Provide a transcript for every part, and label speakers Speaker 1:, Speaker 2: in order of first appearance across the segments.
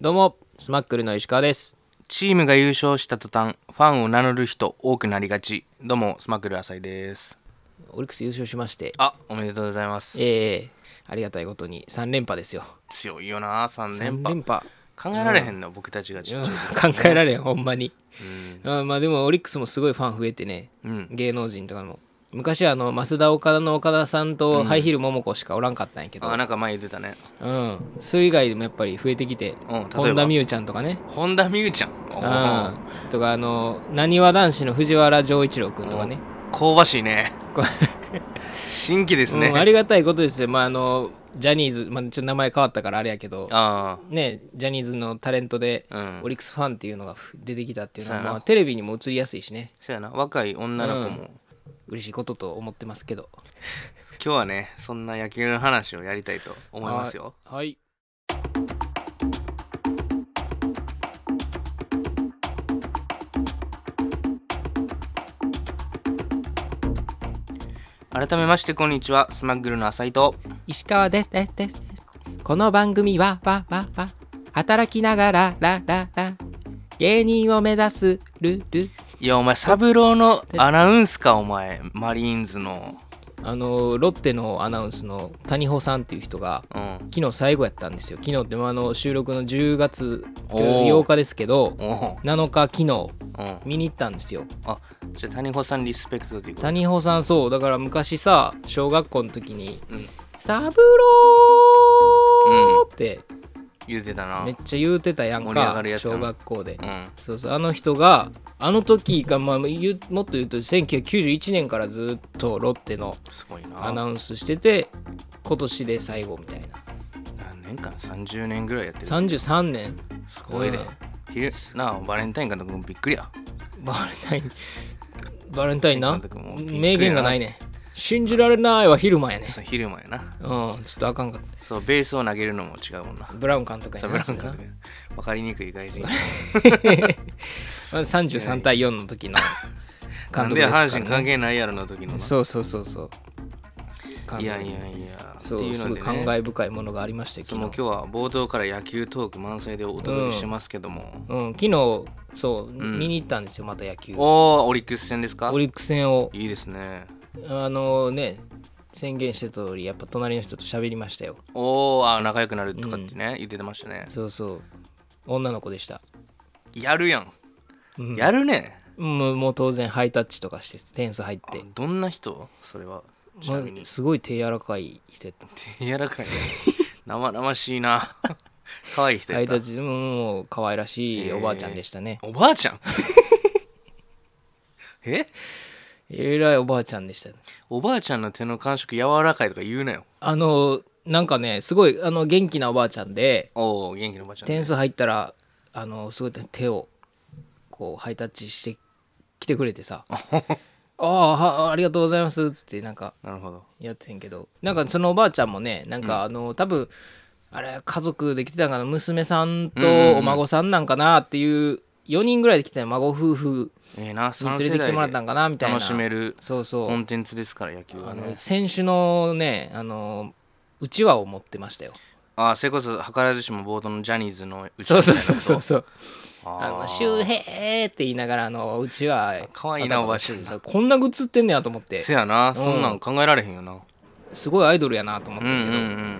Speaker 1: どうもスマックルの石川です
Speaker 2: チームが優勝した途端ファンを名乗る人多くなりがちどうもスマクル浅井です
Speaker 1: オリックス優勝しまして
Speaker 2: あおめでとうございます
Speaker 1: ええありがたいことに3連覇ですよ
Speaker 2: 強いよな3
Speaker 1: 3
Speaker 2: 連
Speaker 1: 連
Speaker 2: 覇
Speaker 1: 覇
Speaker 2: 考えられへんの、僕たちがちょっと、
Speaker 1: うん考えられんほんまに、あまあでもオリックスもすごいファン増えてね、
Speaker 2: うん
Speaker 1: 芸能人とかも昔はあの増田岡田の岡田さんとハイヒール桃子しかおらんかったんやけど、
Speaker 2: あなんか前言ってたね
Speaker 1: うん、それ以外でもやっぱり増えてきて、
Speaker 2: 例えば
Speaker 1: 本田望結ちゃんとかね
Speaker 2: 本田望結ちゃんおー
Speaker 1: うんとかあのなにわ男子の藤原丈一郎君とかね
Speaker 2: 香ばしいね
Speaker 1: こう
Speaker 2: 新規ですね、
Speaker 1: うん、ありがたいことですよ、まあ、あのジャニーズ、まあ、ちょっと名前変わったからあれやけど、
Speaker 2: あ
Speaker 1: ね、ジャニーズのタレントで
Speaker 2: うん
Speaker 1: オリックスファンっていうのがふ出てきたっていうのは、
Speaker 2: そうやな
Speaker 1: まあ、テレビにも映りやすいしね
Speaker 2: あそうやな若い女の子も、
Speaker 1: うん嬉しいことと思ってますけど
Speaker 2: 今日はねそんな野球の話をやりたいと思いますよ
Speaker 1: はい
Speaker 2: 改めましてこんにちはスマッグルの浅井と
Speaker 1: 石川ですですですですこの番組はわわわ働きながらラララ芸人を目指すルル
Speaker 2: いやお前三郎のアナウンスかお前マリーンズの
Speaker 1: あのロッテのアナウンスの谷保さんっていう人が
Speaker 2: うん
Speaker 1: 昨日最後やったんですよ昨日ってまああの収録の10月
Speaker 2: おー
Speaker 1: 8日ですけど
Speaker 2: おう
Speaker 1: 7日昨日
Speaker 2: うん
Speaker 1: 見に行ったんですよ
Speaker 2: あじゃあ谷保さんリスペクトということ
Speaker 1: 谷保さんそうだから昔さ小学校の時に
Speaker 2: うん
Speaker 1: 「三郎!」って
Speaker 2: 言うてたな
Speaker 1: めっちゃ言うてたやん
Speaker 2: 盛り上が
Speaker 1: か
Speaker 2: るやつな
Speaker 1: 小学校で
Speaker 2: うん
Speaker 1: そうそうあの人があの時が、まあ、言うもっと言うと1991年からずっとロッテの
Speaker 2: すごい
Speaker 1: アナ
Speaker 2: な
Speaker 1: ウンスしてて今年で最後みたいな
Speaker 2: 何年間30年ぐらいやってる
Speaker 1: 33年
Speaker 2: すごいで、昼なあバレンタイン監督もびっくりや
Speaker 1: バレンタインバレンタインな
Speaker 2: 監督もびっくりやな
Speaker 1: 名言がないね信じられないは昼間やね
Speaker 2: そう昼間やな
Speaker 1: うんちょっとあかんかった
Speaker 2: そうベースを投げるのも違うもんな
Speaker 1: ブラウン監督や
Speaker 2: サ
Speaker 1: ね
Speaker 2: ブラン監督わかりにくい外人
Speaker 1: まあ33対4の 時の
Speaker 2: な
Speaker 1: 監
Speaker 2: ん
Speaker 1: 督
Speaker 2: で
Speaker 1: ですから、ね、
Speaker 2: 阪神関係ないやろの時のな
Speaker 1: そうそうそうそう監督
Speaker 2: いやいやいや
Speaker 1: そう
Speaker 2: っていう
Speaker 1: す
Speaker 2: の
Speaker 1: ご
Speaker 2: で
Speaker 1: い
Speaker 2: ね
Speaker 1: 感慨深いものがありましたよ
Speaker 2: そうもう
Speaker 1: 昨日
Speaker 2: 今日は冒頭から野球トーク満載でお届けしてますけども、
Speaker 1: うん昨日そう、
Speaker 2: ん
Speaker 1: 見に行ったんですよまた野球オ
Speaker 2: おおオリックス戦ですか
Speaker 1: リックス戦を
Speaker 2: いいですね
Speaker 1: あのね宣言してた通りやっぱ隣の人と喋りましたよ
Speaker 2: おおあ仲良くなるとかってね、言ってましたね
Speaker 1: そうそう女の子でした
Speaker 2: やるやん、
Speaker 1: うん
Speaker 2: やるね
Speaker 1: もうもう当然ハイタッチとかして点数入っ
Speaker 2: あ
Speaker 1: て
Speaker 2: どんな人それはちなみ
Speaker 1: ま
Speaker 2: に
Speaker 1: あすごい手柔らかい人やった
Speaker 2: 手柔らかいね 生々しいな 可愛い人
Speaker 1: ハ
Speaker 2: や
Speaker 1: イ
Speaker 2: った
Speaker 1: タッチでももう可愛らしい
Speaker 2: へー
Speaker 1: おばあちゃんでしたね
Speaker 2: おばあちゃん え
Speaker 1: えらいおばあちゃんでしたね
Speaker 2: おばあちゃんの手の感触柔らかいとか言うなよ
Speaker 1: あのなんかねすごいあの元気なおばあちゃんで
Speaker 2: おお元気のおばあちゃんね
Speaker 1: 点数入ったらあのすごい手をこうハイタッチしてきてくれて さ「ああはありがとうございます」っつってなんか
Speaker 2: なるほど
Speaker 1: やってんけどなんかそのおばあちゃんもねなんかあの、多分あれ家族で来てたんかな娘さんとお孫さんなんかなっていう4人ぐらいで来てた孫夫婦
Speaker 2: ええな
Speaker 1: に
Speaker 2: 3
Speaker 1: 連れてきてもらったんかなみたいな
Speaker 2: 楽しめる
Speaker 1: そうそう
Speaker 2: コンテンツですから野球は
Speaker 1: あ
Speaker 2: ね
Speaker 1: の選手のねあのうちわを持ってましたよ
Speaker 2: ああそれこそ図らずしも冒頭のジャニーズのうち
Speaker 1: そうそうそうそうそうあ
Speaker 2: あ
Speaker 1: の周平って言いながらあのうちは
Speaker 2: 可愛いなおばあちゃん
Speaker 1: んこんなグッズ売ってんねやと思って
Speaker 2: せやな、そんなん考えられへんよな
Speaker 1: すごいアイドルやなと思っ
Speaker 2: う
Speaker 1: て
Speaker 2: んうん
Speaker 1: んけど、
Speaker 2: う
Speaker 1: っ
Speaker 2: ん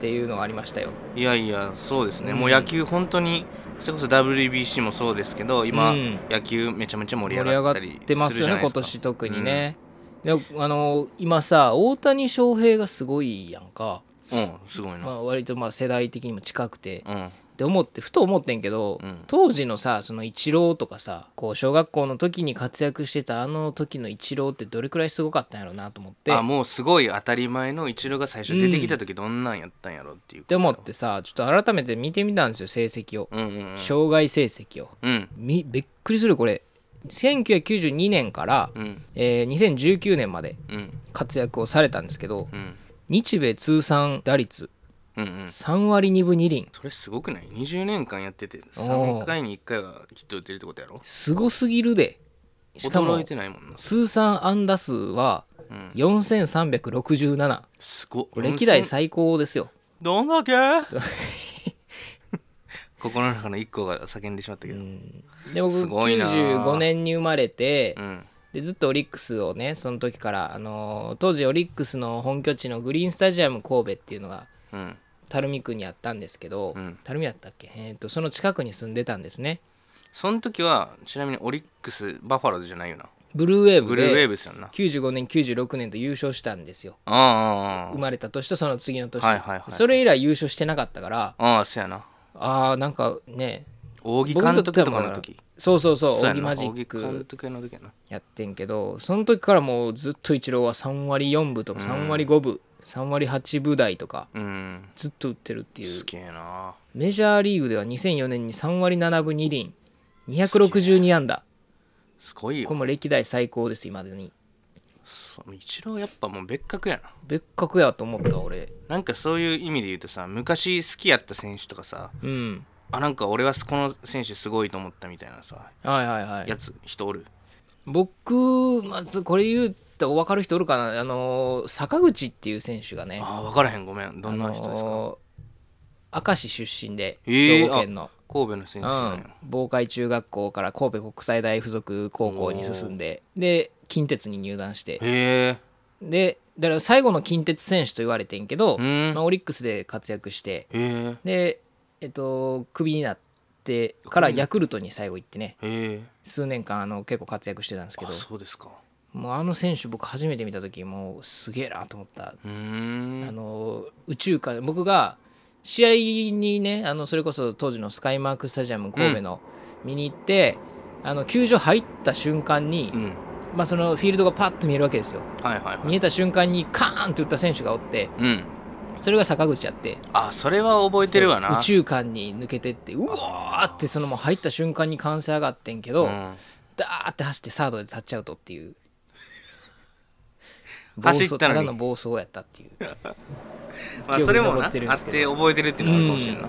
Speaker 1: ていうのがありましたよ
Speaker 2: うんいやいやそうですね、もう野球本当にそれこそ WBC もそうですけど今、
Speaker 1: うん
Speaker 2: 野球めちゃめちゃ盛り
Speaker 1: 盛り
Speaker 2: 上
Speaker 1: 上
Speaker 2: が
Speaker 1: が
Speaker 2: っ
Speaker 1: った
Speaker 2: り
Speaker 1: てますよね今年特にね、であの今さ大谷翔平がすごいやんか、
Speaker 2: うん、うんすごいな、
Speaker 1: まあ、割とまあ世代的にも近くて、
Speaker 2: うん
Speaker 1: で思ってふと思ってんけど、
Speaker 2: うん
Speaker 1: 当時のさそのイチローとかさこう小学校の時に活躍してたあの時のイチローってどれくらいすごかったんやろうなと思って
Speaker 2: あもうすごい当たり前のイチローが最初出てきた時どんなんやったんやろっていう
Speaker 1: って思ってさちょっと改めて見てみたんですよ成績を、
Speaker 2: うんうんうん
Speaker 1: 障害成績を
Speaker 2: うん
Speaker 1: みびっくりするこれ1992年から、
Speaker 2: うん
Speaker 1: えー2019年まで
Speaker 2: うん
Speaker 1: 活躍をされたんですけど
Speaker 2: うん
Speaker 1: 日米通算打率
Speaker 2: うんうん
Speaker 1: 3割2分2厘
Speaker 2: それすごくない20年間やってて
Speaker 1: おー
Speaker 2: 3回に1回はきっと打てるってことやろ
Speaker 1: すごすぎるでしか
Speaker 2: 驚
Speaker 1: も
Speaker 2: いてないもんな、
Speaker 1: 通算安打数は
Speaker 2: うん、
Speaker 1: 4367
Speaker 2: すごっ
Speaker 1: これ歴代最高ですよ
Speaker 2: どんだけ 心の中の一個が叫んでしまったけど、う
Speaker 1: うんんで僕
Speaker 2: すごいな
Speaker 1: 95年に生まれて、でずっとオリックスをねその時から、あのー当時オリックスの本拠地のグリーンスタジアム神戸っていうのが
Speaker 2: うん
Speaker 1: 垂水区にあったんですけど、
Speaker 2: うん
Speaker 1: 垂水やったっけ、えー、とその近くに住んでたんですね
Speaker 2: その時はちなみにオリックスバファローズじゃないよな
Speaker 1: ブルーウェーブ
Speaker 2: ブルーウェー
Speaker 1: で
Speaker 2: ブスやんな
Speaker 1: 95年96年と優勝したんですよ
Speaker 2: あああ
Speaker 1: 生まれた年とその次の年、
Speaker 2: はいはいはい
Speaker 1: それ以来優勝してなかったから
Speaker 2: あああそうやな
Speaker 1: あーなんかね
Speaker 2: 扇
Speaker 1: 僕に
Speaker 2: 監
Speaker 1: とっ
Speaker 2: 督
Speaker 1: ては
Speaker 2: とか
Speaker 1: ま
Speaker 2: の
Speaker 1: だ
Speaker 2: 時
Speaker 1: そうそうそう
Speaker 2: そうや
Speaker 1: 扇
Speaker 2: な
Speaker 1: マジ
Speaker 2: 扇
Speaker 1: ッ
Speaker 2: 監
Speaker 1: ク
Speaker 2: 督の時やな
Speaker 1: やってんけどその時からもうずっとイチローは3割4分とか3割5分、3割8分台とか
Speaker 2: うん
Speaker 1: ずっと打ってるっていう
Speaker 2: すげえな
Speaker 1: メジャーリーグでは2004年に3割7分2厘262安打
Speaker 2: すご
Speaker 1: こ
Speaker 2: い
Speaker 1: れ
Speaker 2: よ
Speaker 1: も歴代最高です今までに
Speaker 2: そう一郎やっぱもう別格やな
Speaker 1: 別格やと思った俺
Speaker 2: なんかそういう意味で言うとさ昔好きやった選手とかさ
Speaker 1: うん
Speaker 2: あなんか俺はこの選手すごいと思ったみたいなさ
Speaker 1: はいはいはい
Speaker 2: やつ人おる
Speaker 1: 僕まずこれ言うと分かる人おるかなあのー坂口っていう選手がね
Speaker 2: ああ分からへんごめんどんな人で
Speaker 1: あ
Speaker 2: すか
Speaker 1: のー明石出身で
Speaker 2: えー
Speaker 1: 兵庫県の、
Speaker 2: 神戸の選手なんや
Speaker 1: うん、防海中学校から神戸国際大附属高校に進んでで近鉄に入団して
Speaker 2: へえ
Speaker 1: でだから最後の近鉄選手と言われてんけど、
Speaker 2: うん
Speaker 1: まあ、オリックスで活躍して
Speaker 2: へえ
Speaker 1: でえっとクビになってからヤクルトに最後行ってね
Speaker 2: へえ
Speaker 1: 数年間あの結構活躍してたんですけど
Speaker 2: あそうですか
Speaker 1: もうあの選手僕初めて見た時もうすげえなと思った
Speaker 2: うー
Speaker 1: あ
Speaker 2: ん
Speaker 1: の宇宙から僕が試合にねあのそれこそ当時のスカイマークスタジアム神戸の見に行って、あの球場入った瞬間に、
Speaker 2: うん
Speaker 1: まあ、そのフィールドがパッと見えるわけですよ
Speaker 2: はいはいは
Speaker 1: 見
Speaker 2: い
Speaker 1: えた瞬間にカーンって打った選手がおって
Speaker 2: うん
Speaker 1: それが坂口やって
Speaker 2: あそれは覚えてるわな
Speaker 1: 宇宙間に抜けてってうわーってそのもう入った瞬間に歓声上がってんけど、
Speaker 2: うん
Speaker 1: ダーって走ってサードで立っちゃうとっていう
Speaker 2: 走ったのに
Speaker 1: 暴走ただの暴走やったっていう
Speaker 2: まあ
Speaker 1: 記
Speaker 2: それ
Speaker 1: 憶に
Speaker 2: も
Speaker 1: 残
Speaker 2: なあ
Speaker 1: っ
Speaker 2: ってて
Speaker 1: るんですけど
Speaker 2: 覚えてるっていうのはあるかもしれんな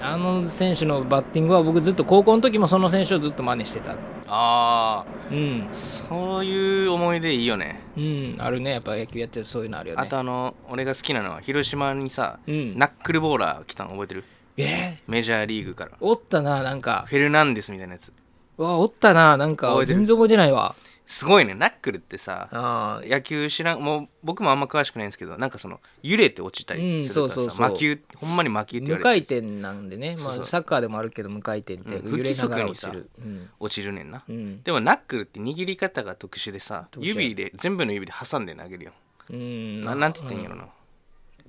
Speaker 1: あの選手のバッティングは僕ずっと高校の時もその選手をずっと真似してた。
Speaker 2: あ
Speaker 1: うん
Speaker 2: あ。そういう思い出いいよね
Speaker 1: うん。あるね。やっぱ野球やってるとそういうのあるよね。
Speaker 2: あとあの俺が好きなのは広島にさ
Speaker 1: うん。
Speaker 2: ナックルボーラー来たの覚えてる
Speaker 1: えー
Speaker 2: メジャーリーグから
Speaker 1: おったな、なんか。
Speaker 2: フェルナンデスみたいなやつ
Speaker 1: うわ、おったな、なんか
Speaker 2: 覚。えてる
Speaker 1: 全然覚えてないわ。
Speaker 2: すごいねナックルってさ
Speaker 1: あ
Speaker 2: 野球知らんもう僕もあんま詳しくないんですけどなんかその揺れて落ちたりするからさ、
Speaker 1: うんそうそうそう
Speaker 2: 魔球ほんまに魔球
Speaker 1: あ。
Speaker 2: って言
Speaker 1: 無
Speaker 2: われ
Speaker 1: 回
Speaker 2: て
Speaker 1: 転なんでね。ま
Speaker 2: そうそ
Speaker 1: あ、
Speaker 2: う
Speaker 1: サッカーでもあるけど、無回転って
Speaker 2: うん
Speaker 1: 揺れながら落ち
Speaker 2: 不規
Speaker 1: る。うん。
Speaker 2: 落ちるねんな、
Speaker 1: うん。
Speaker 2: でもナックルって握り方が特殊でさ
Speaker 1: 特殊や
Speaker 2: 指で全部の指で挟んで投げるよ、
Speaker 1: うん。
Speaker 2: ななんて言ってんやろな、
Speaker 1: うん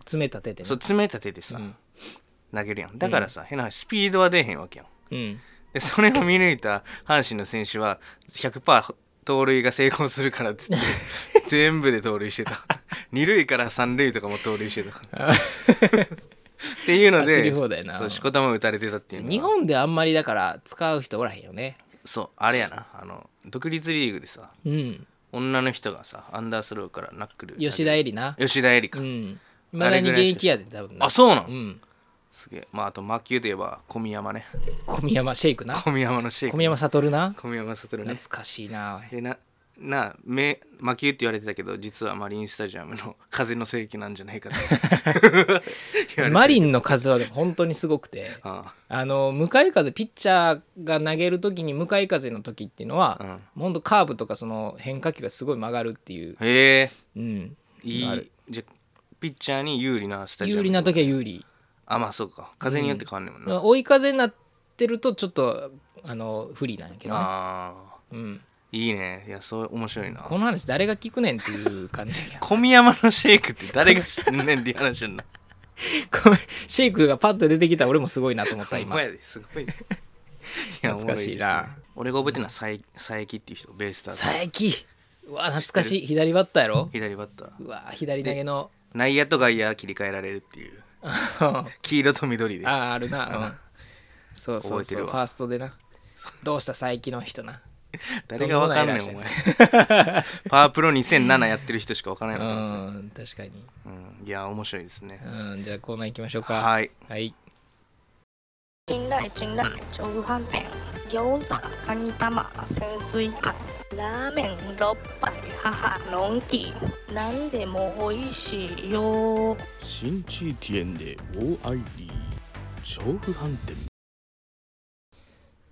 Speaker 1: 爪立ててね
Speaker 2: そう爪立ててさ、
Speaker 1: うん
Speaker 2: 投げるやんだからさ、変な話スピードは出えへんわけよ
Speaker 1: うん。
Speaker 2: でそれを見抜いた阪神の選手は100%盗塁が成功するからっつって 全部で盗塁してた2塁から3塁とかも盗塁してた っていうの
Speaker 1: 走
Speaker 2: で
Speaker 1: り放題な
Speaker 2: そうしこたま打たれてたっていうのが
Speaker 1: 日本であんまりだから使う人おらへんよね。
Speaker 2: そうあれやなあの独立リーグでさ
Speaker 1: うん。
Speaker 2: 女の人がさアンダースローからナックル
Speaker 1: 吉田絵里な。
Speaker 2: 吉田絵里
Speaker 1: う
Speaker 2: か、
Speaker 1: ん。いまだに現役やで、多分な
Speaker 2: あそうなん、
Speaker 1: うん。
Speaker 2: すげえまああと魔球といえば小宮山ね
Speaker 1: 小宮山シェイクな。
Speaker 2: 小宮山のシェイク
Speaker 1: 小宮山悟な。
Speaker 2: 小宮山悟ね
Speaker 1: 懐かしいな。
Speaker 2: でななめ魔球って言われてたけど実はマリンスタジアムの 風の聖域なんじゃないかと 言われて
Speaker 1: マリンの数はでも本当にすごくて、
Speaker 2: あ
Speaker 1: あの、向かい風、ピッチャーが投げるときに向かい風のときっていうのは、
Speaker 2: う
Speaker 1: も
Speaker 2: ん
Speaker 1: う本当カーブとかその変化球がすごい曲がるっていう、
Speaker 2: あへえ
Speaker 1: うん。
Speaker 2: い
Speaker 1: あ
Speaker 2: い
Speaker 1: る
Speaker 2: じゃピッチャーに有利なスタジアム
Speaker 1: 有利なときは有利。
Speaker 2: あまあそうか風によって変わんねんもんな、
Speaker 1: 追い風になってるとちょっと、あの、不利なんやけどね。
Speaker 2: ああ
Speaker 1: うん。
Speaker 2: いいねいやそう面白いな
Speaker 1: この話誰が聞くねんっていう感じやけど。
Speaker 2: 小宮山のシェイクって誰が知んねんっていう話やんな
Speaker 1: こうシェイクがパッと出てきた俺もすごいなと思った
Speaker 2: ほん
Speaker 1: 今
Speaker 2: ま。やですご いねいや
Speaker 1: 懐かしいな
Speaker 2: おもろですね俺が覚えてるのは佐伯佐伯っていう人ベースターズ
Speaker 1: 佐伯うわ懐かしい左バッターやろ
Speaker 2: 左バッター
Speaker 1: うわ左投げの
Speaker 2: 内野と外野切り替えられるっていう
Speaker 1: あ
Speaker 2: 黄色と緑で
Speaker 1: あるな、うんそうそう
Speaker 2: 覚えて
Speaker 1: そう
Speaker 2: る
Speaker 1: フ
Speaker 2: わ
Speaker 1: ァーストでなどうした佐伯の人な
Speaker 2: 誰がわかんねんお前パワープロ2007やってる人しかわから
Speaker 1: う
Speaker 2: ないわけで
Speaker 1: ん確かに、
Speaker 2: すね、うん、いや面白いですね
Speaker 1: うん、じゃあコーナー行きましょうか
Speaker 2: はい
Speaker 1: はい
Speaker 3: 辛辣辛辣炒飯饼、餃子、カニ玉、潜水艦、ラーメン6杯、母のんき、なんでも美味しいよ。
Speaker 4: 新地点で OID 調布飯店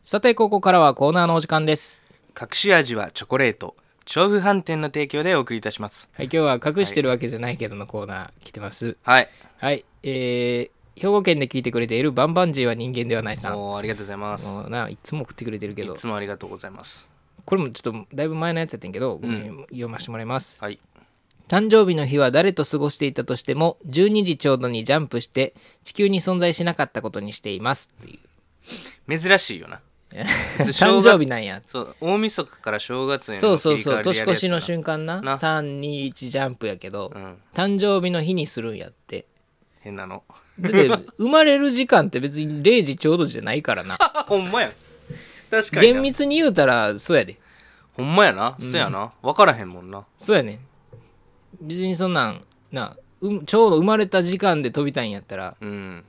Speaker 1: さてここからはコーナーのお時間です
Speaker 2: 隠し味はチョコレート調布飯店の提供でお送りいたします
Speaker 1: はい今日は隠してるわけじゃないけどのコーナー来てます
Speaker 2: はい
Speaker 1: はいえー、兵庫県で聞いてくれているバンバンジーは人間ではないさん
Speaker 2: もうありがとうございます
Speaker 1: もうないつも送ってくれてるけ
Speaker 2: い
Speaker 1: ど
Speaker 2: つもありがとうございます
Speaker 1: これもちょっとだいぶ前のやつやってんけど、ごめん読ませてもらいます
Speaker 2: はい
Speaker 1: 誕生日の日は誰と過ごしていたとしても12時ちょうどにジャンプして地球に存在しなかったことにしていますっていう
Speaker 2: 珍しいよな
Speaker 1: 誕生日なんや
Speaker 2: そう大晦日から正月への
Speaker 1: そうそうそう年
Speaker 2: 切り替わりやるやつな
Speaker 1: 越しの瞬間な
Speaker 2: な
Speaker 1: 321ジャンプやけど、
Speaker 2: うん
Speaker 1: 誕生日の日にするんやって
Speaker 2: 変なの
Speaker 1: だって生まれる時間って別に0時ちょうどじゃないから な
Speaker 2: あほんまや確かにな
Speaker 1: 厳密に言うたらそうやで
Speaker 2: ほんまやなそうやな分からへんもんな
Speaker 1: そうやねん別にそんなんなうんちょうど生まれた時間で飛びたいんやったら
Speaker 2: うん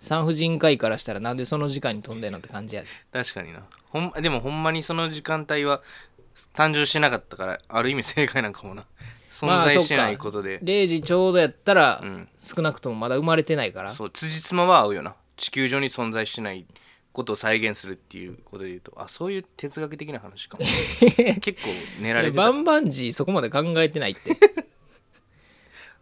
Speaker 1: 産婦人科医からしたらなんでその時間に飛んでんのって感じやで
Speaker 2: 確かになほんでもほんまにその時間帯は誕生してなかったからある意味正解なんかもな存
Speaker 1: まあ
Speaker 2: 在
Speaker 1: そっか
Speaker 2: してないことで、
Speaker 1: 0時ちょうどやったら、
Speaker 2: ん
Speaker 1: 少なくともまだ生まれてないから
Speaker 2: そう辻褄は合うよな地球上に存在してないことを再現するっていうことで言うとあそういう哲学的な 話かも結構寝ら
Speaker 1: い
Speaker 2: れ
Speaker 1: や
Speaker 2: て
Speaker 1: バ
Speaker 2: た
Speaker 1: ンバンジーそこまで考えてない って、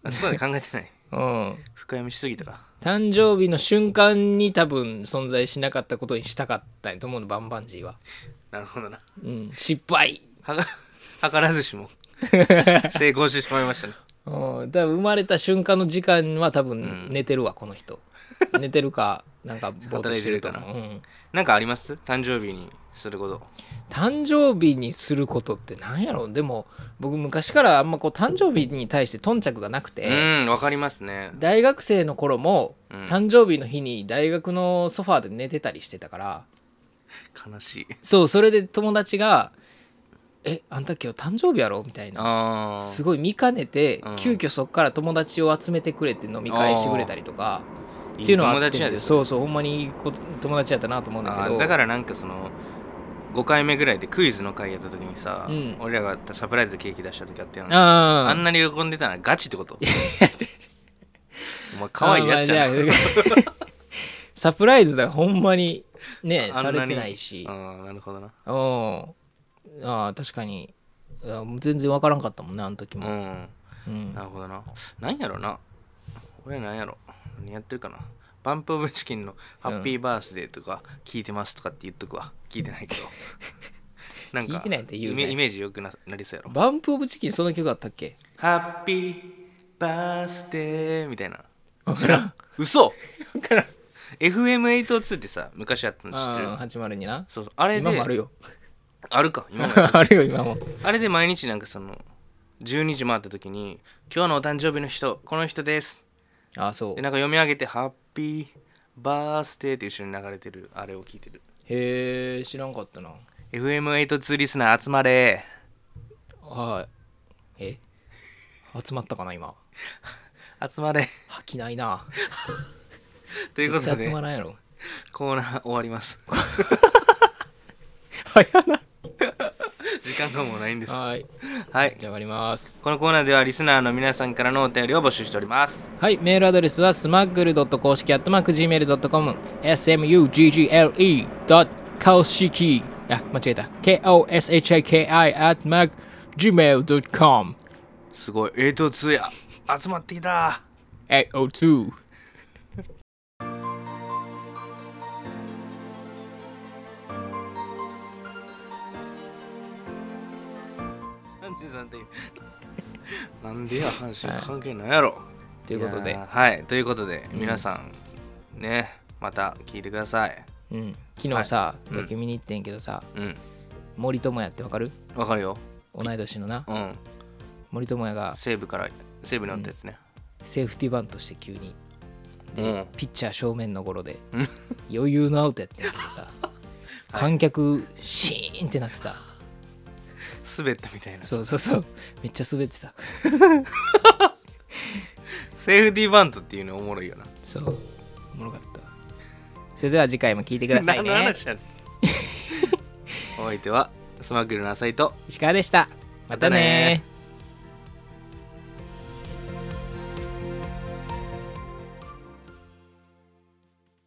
Speaker 2: あそこまで考えてない
Speaker 1: うん、
Speaker 2: 深読みしすぎたか
Speaker 1: 誕生日の瞬間に多分存在しなかったことにしたかったんやと思うのバンバンジーは、
Speaker 2: なるほどな
Speaker 1: うん、失敗
Speaker 2: はが図らずし も成功してしまいましたね
Speaker 1: うん多分生まれた瞬間の時間は多分寝てるわ、この 人寝てるかなんかぼーっとしてると思う
Speaker 2: 働
Speaker 1: うん
Speaker 2: なんかあります誕生日にすること
Speaker 1: 誕生日にすることってなんやろうでも僕昔からあんまこう誕生日に対して頓着がなくて、
Speaker 2: うんわかりますね
Speaker 1: 大学生の頃も、
Speaker 2: うん
Speaker 1: 誕生日の日に大学のソファーで寝てたりしてたから
Speaker 2: 悲しい
Speaker 1: そうそれで友達が「えあんた今日誕生日やろ?」みたいな
Speaker 2: ああ
Speaker 1: すごい見かねて、
Speaker 2: うん
Speaker 1: 急遽そっから友達を集めてくれて飲み会してくれたりとか
Speaker 2: い
Speaker 1: っていうのはあ
Speaker 2: 友
Speaker 1: って
Speaker 2: 達や
Speaker 1: ん
Speaker 2: で
Speaker 1: ですそうそうほんまにいい子友達やったなと思うんだけ
Speaker 2: あ
Speaker 1: ど
Speaker 2: ーだからなんかその5回目ぐらいでクイズの回やった時にさ、
Speaker 1: うん
Speaker 2: 俺らがサプライズでケーキ出した時あったよなあ
Speaker 1: あ
Speaker 2: ん
Speaker 1: ー
Speaker 2: なに喜んでたのはガチってことお前可愛いやっちゃ
Speaker 1: あ
Speaker 2: う
Speaker 1: ーまあじゃあ サプライズだほんまにね
Speaker 2: あん
Speaker 1: さ
Speaker 2: なに
Speaker 1: れてないし
Speaker 2: うんなるほどな
Speaker 1: うんあー確かにあー全然わからんかったもんねあの時
Speaker 2: う
Speaker 1: も、
Speaker 2: ん
Speaker 1: うん
Speaker 2: なるほどななんやろな俺なんやろ何やってるかなバンプオブチキンの「ハッピーバースデー」とか「聞いてます」とかって言っとくわ聞いてないけど なんか
Speaker 1: 聞いてないって言うね
Speaker 2: イメイメージよくななりそうやろ
Speaker 1: バンプ・オブ・チキンその曲あったっけ
Speaker 2: ハッピーバースデーみたいな。
Speaker 1: 分からん
Speaker 2: 嘘 !FM82 ってさ、昔あったの知ってる
Speaker 1: あー802な
Speaker 2: そうそう、あれで、
Speaker 1: 今もあるよ
Speaker 2: あるか、今もあ る
Speaker 1: あるよ今も
Speaker 2: あれで毎日なんかその、12時回った時に、今日のお誕生日の人、この人です。
Speaker 1: あーそう
Speaker 2: で、なんか読み上げて、ハッピーバースデーって後ろに流れてる、あれを聞いてる。
Speaker 1: へえ知らんかったな
Speaker 2: FM82 リスナー集まれ。
Speaker 1: はいえ集まったかな今
Speaker 2: 集まれ。
Speaker 1: 吐きないな
Speaker 2: ということ
Speaker 1: 絶対集
Speaker 2: で
Speaker 1: ま、らんやろ
Speaker 2: コーナー終わります。
Speaker 1: 早な
Speaker 2: 時間がもうないんです。は
Speaker 1: はい
Speaker 2: い
Speaker 1: じ。ゃあ終わります
Speaker 2: このコーナーではリスナーの皆さんからのお便りを募集しております
Speaker 1: はいメールアドレスはスマッグル公式アットマーク Gmail.com smuggle ドット公式あ間違えた koshiki アットマーク gmail.com
Speaker 2: すごい802や集まってきた
Speaker 1: 802
Speaker 2: 33点なんでや阪神関係ないやろ
Speaker 1: ということで
Speaker 2: やーはいということで皆さん、ねまた聞いてください
Speaker 1: うん、昨日さ、
Speaker 2: い
Speaker 1: 野球見に行ってんけどさ、
Speaker 2: うん
Speaker 1: 森友哉ってわかる
Speaker 2: わかるよ
Speaker 1: 同い年のな
Speaker 2: うん
Speaker 1: 森友哉が
Speaker 2: 西武から西武になったやつね、
Speaker 1: セーフティーバントして急に
Speaker 2: うん、
Speaker 1: ピッチャー正面のゴロで
Speaker 2: うん
Speaker 1: 余裕のアウトやってんけど さ観客シーンってなってた
Speaker 2: 滑ったみたいな
Speaker 1: そうそう そうめっちゃ滑ってた
Speaker 2: セーフティーバントっていうのおもろいよな
Speaker 1: そうおもろかったそれでは次回も聞いてください
Speaker 2: 何の
Speaker 1: ね
Speaker 2: 話やね んお相手はスマックルの浅井と
Speaker 1: 石川でしたまたね
Speaker 2: またね
Speaker 1: ー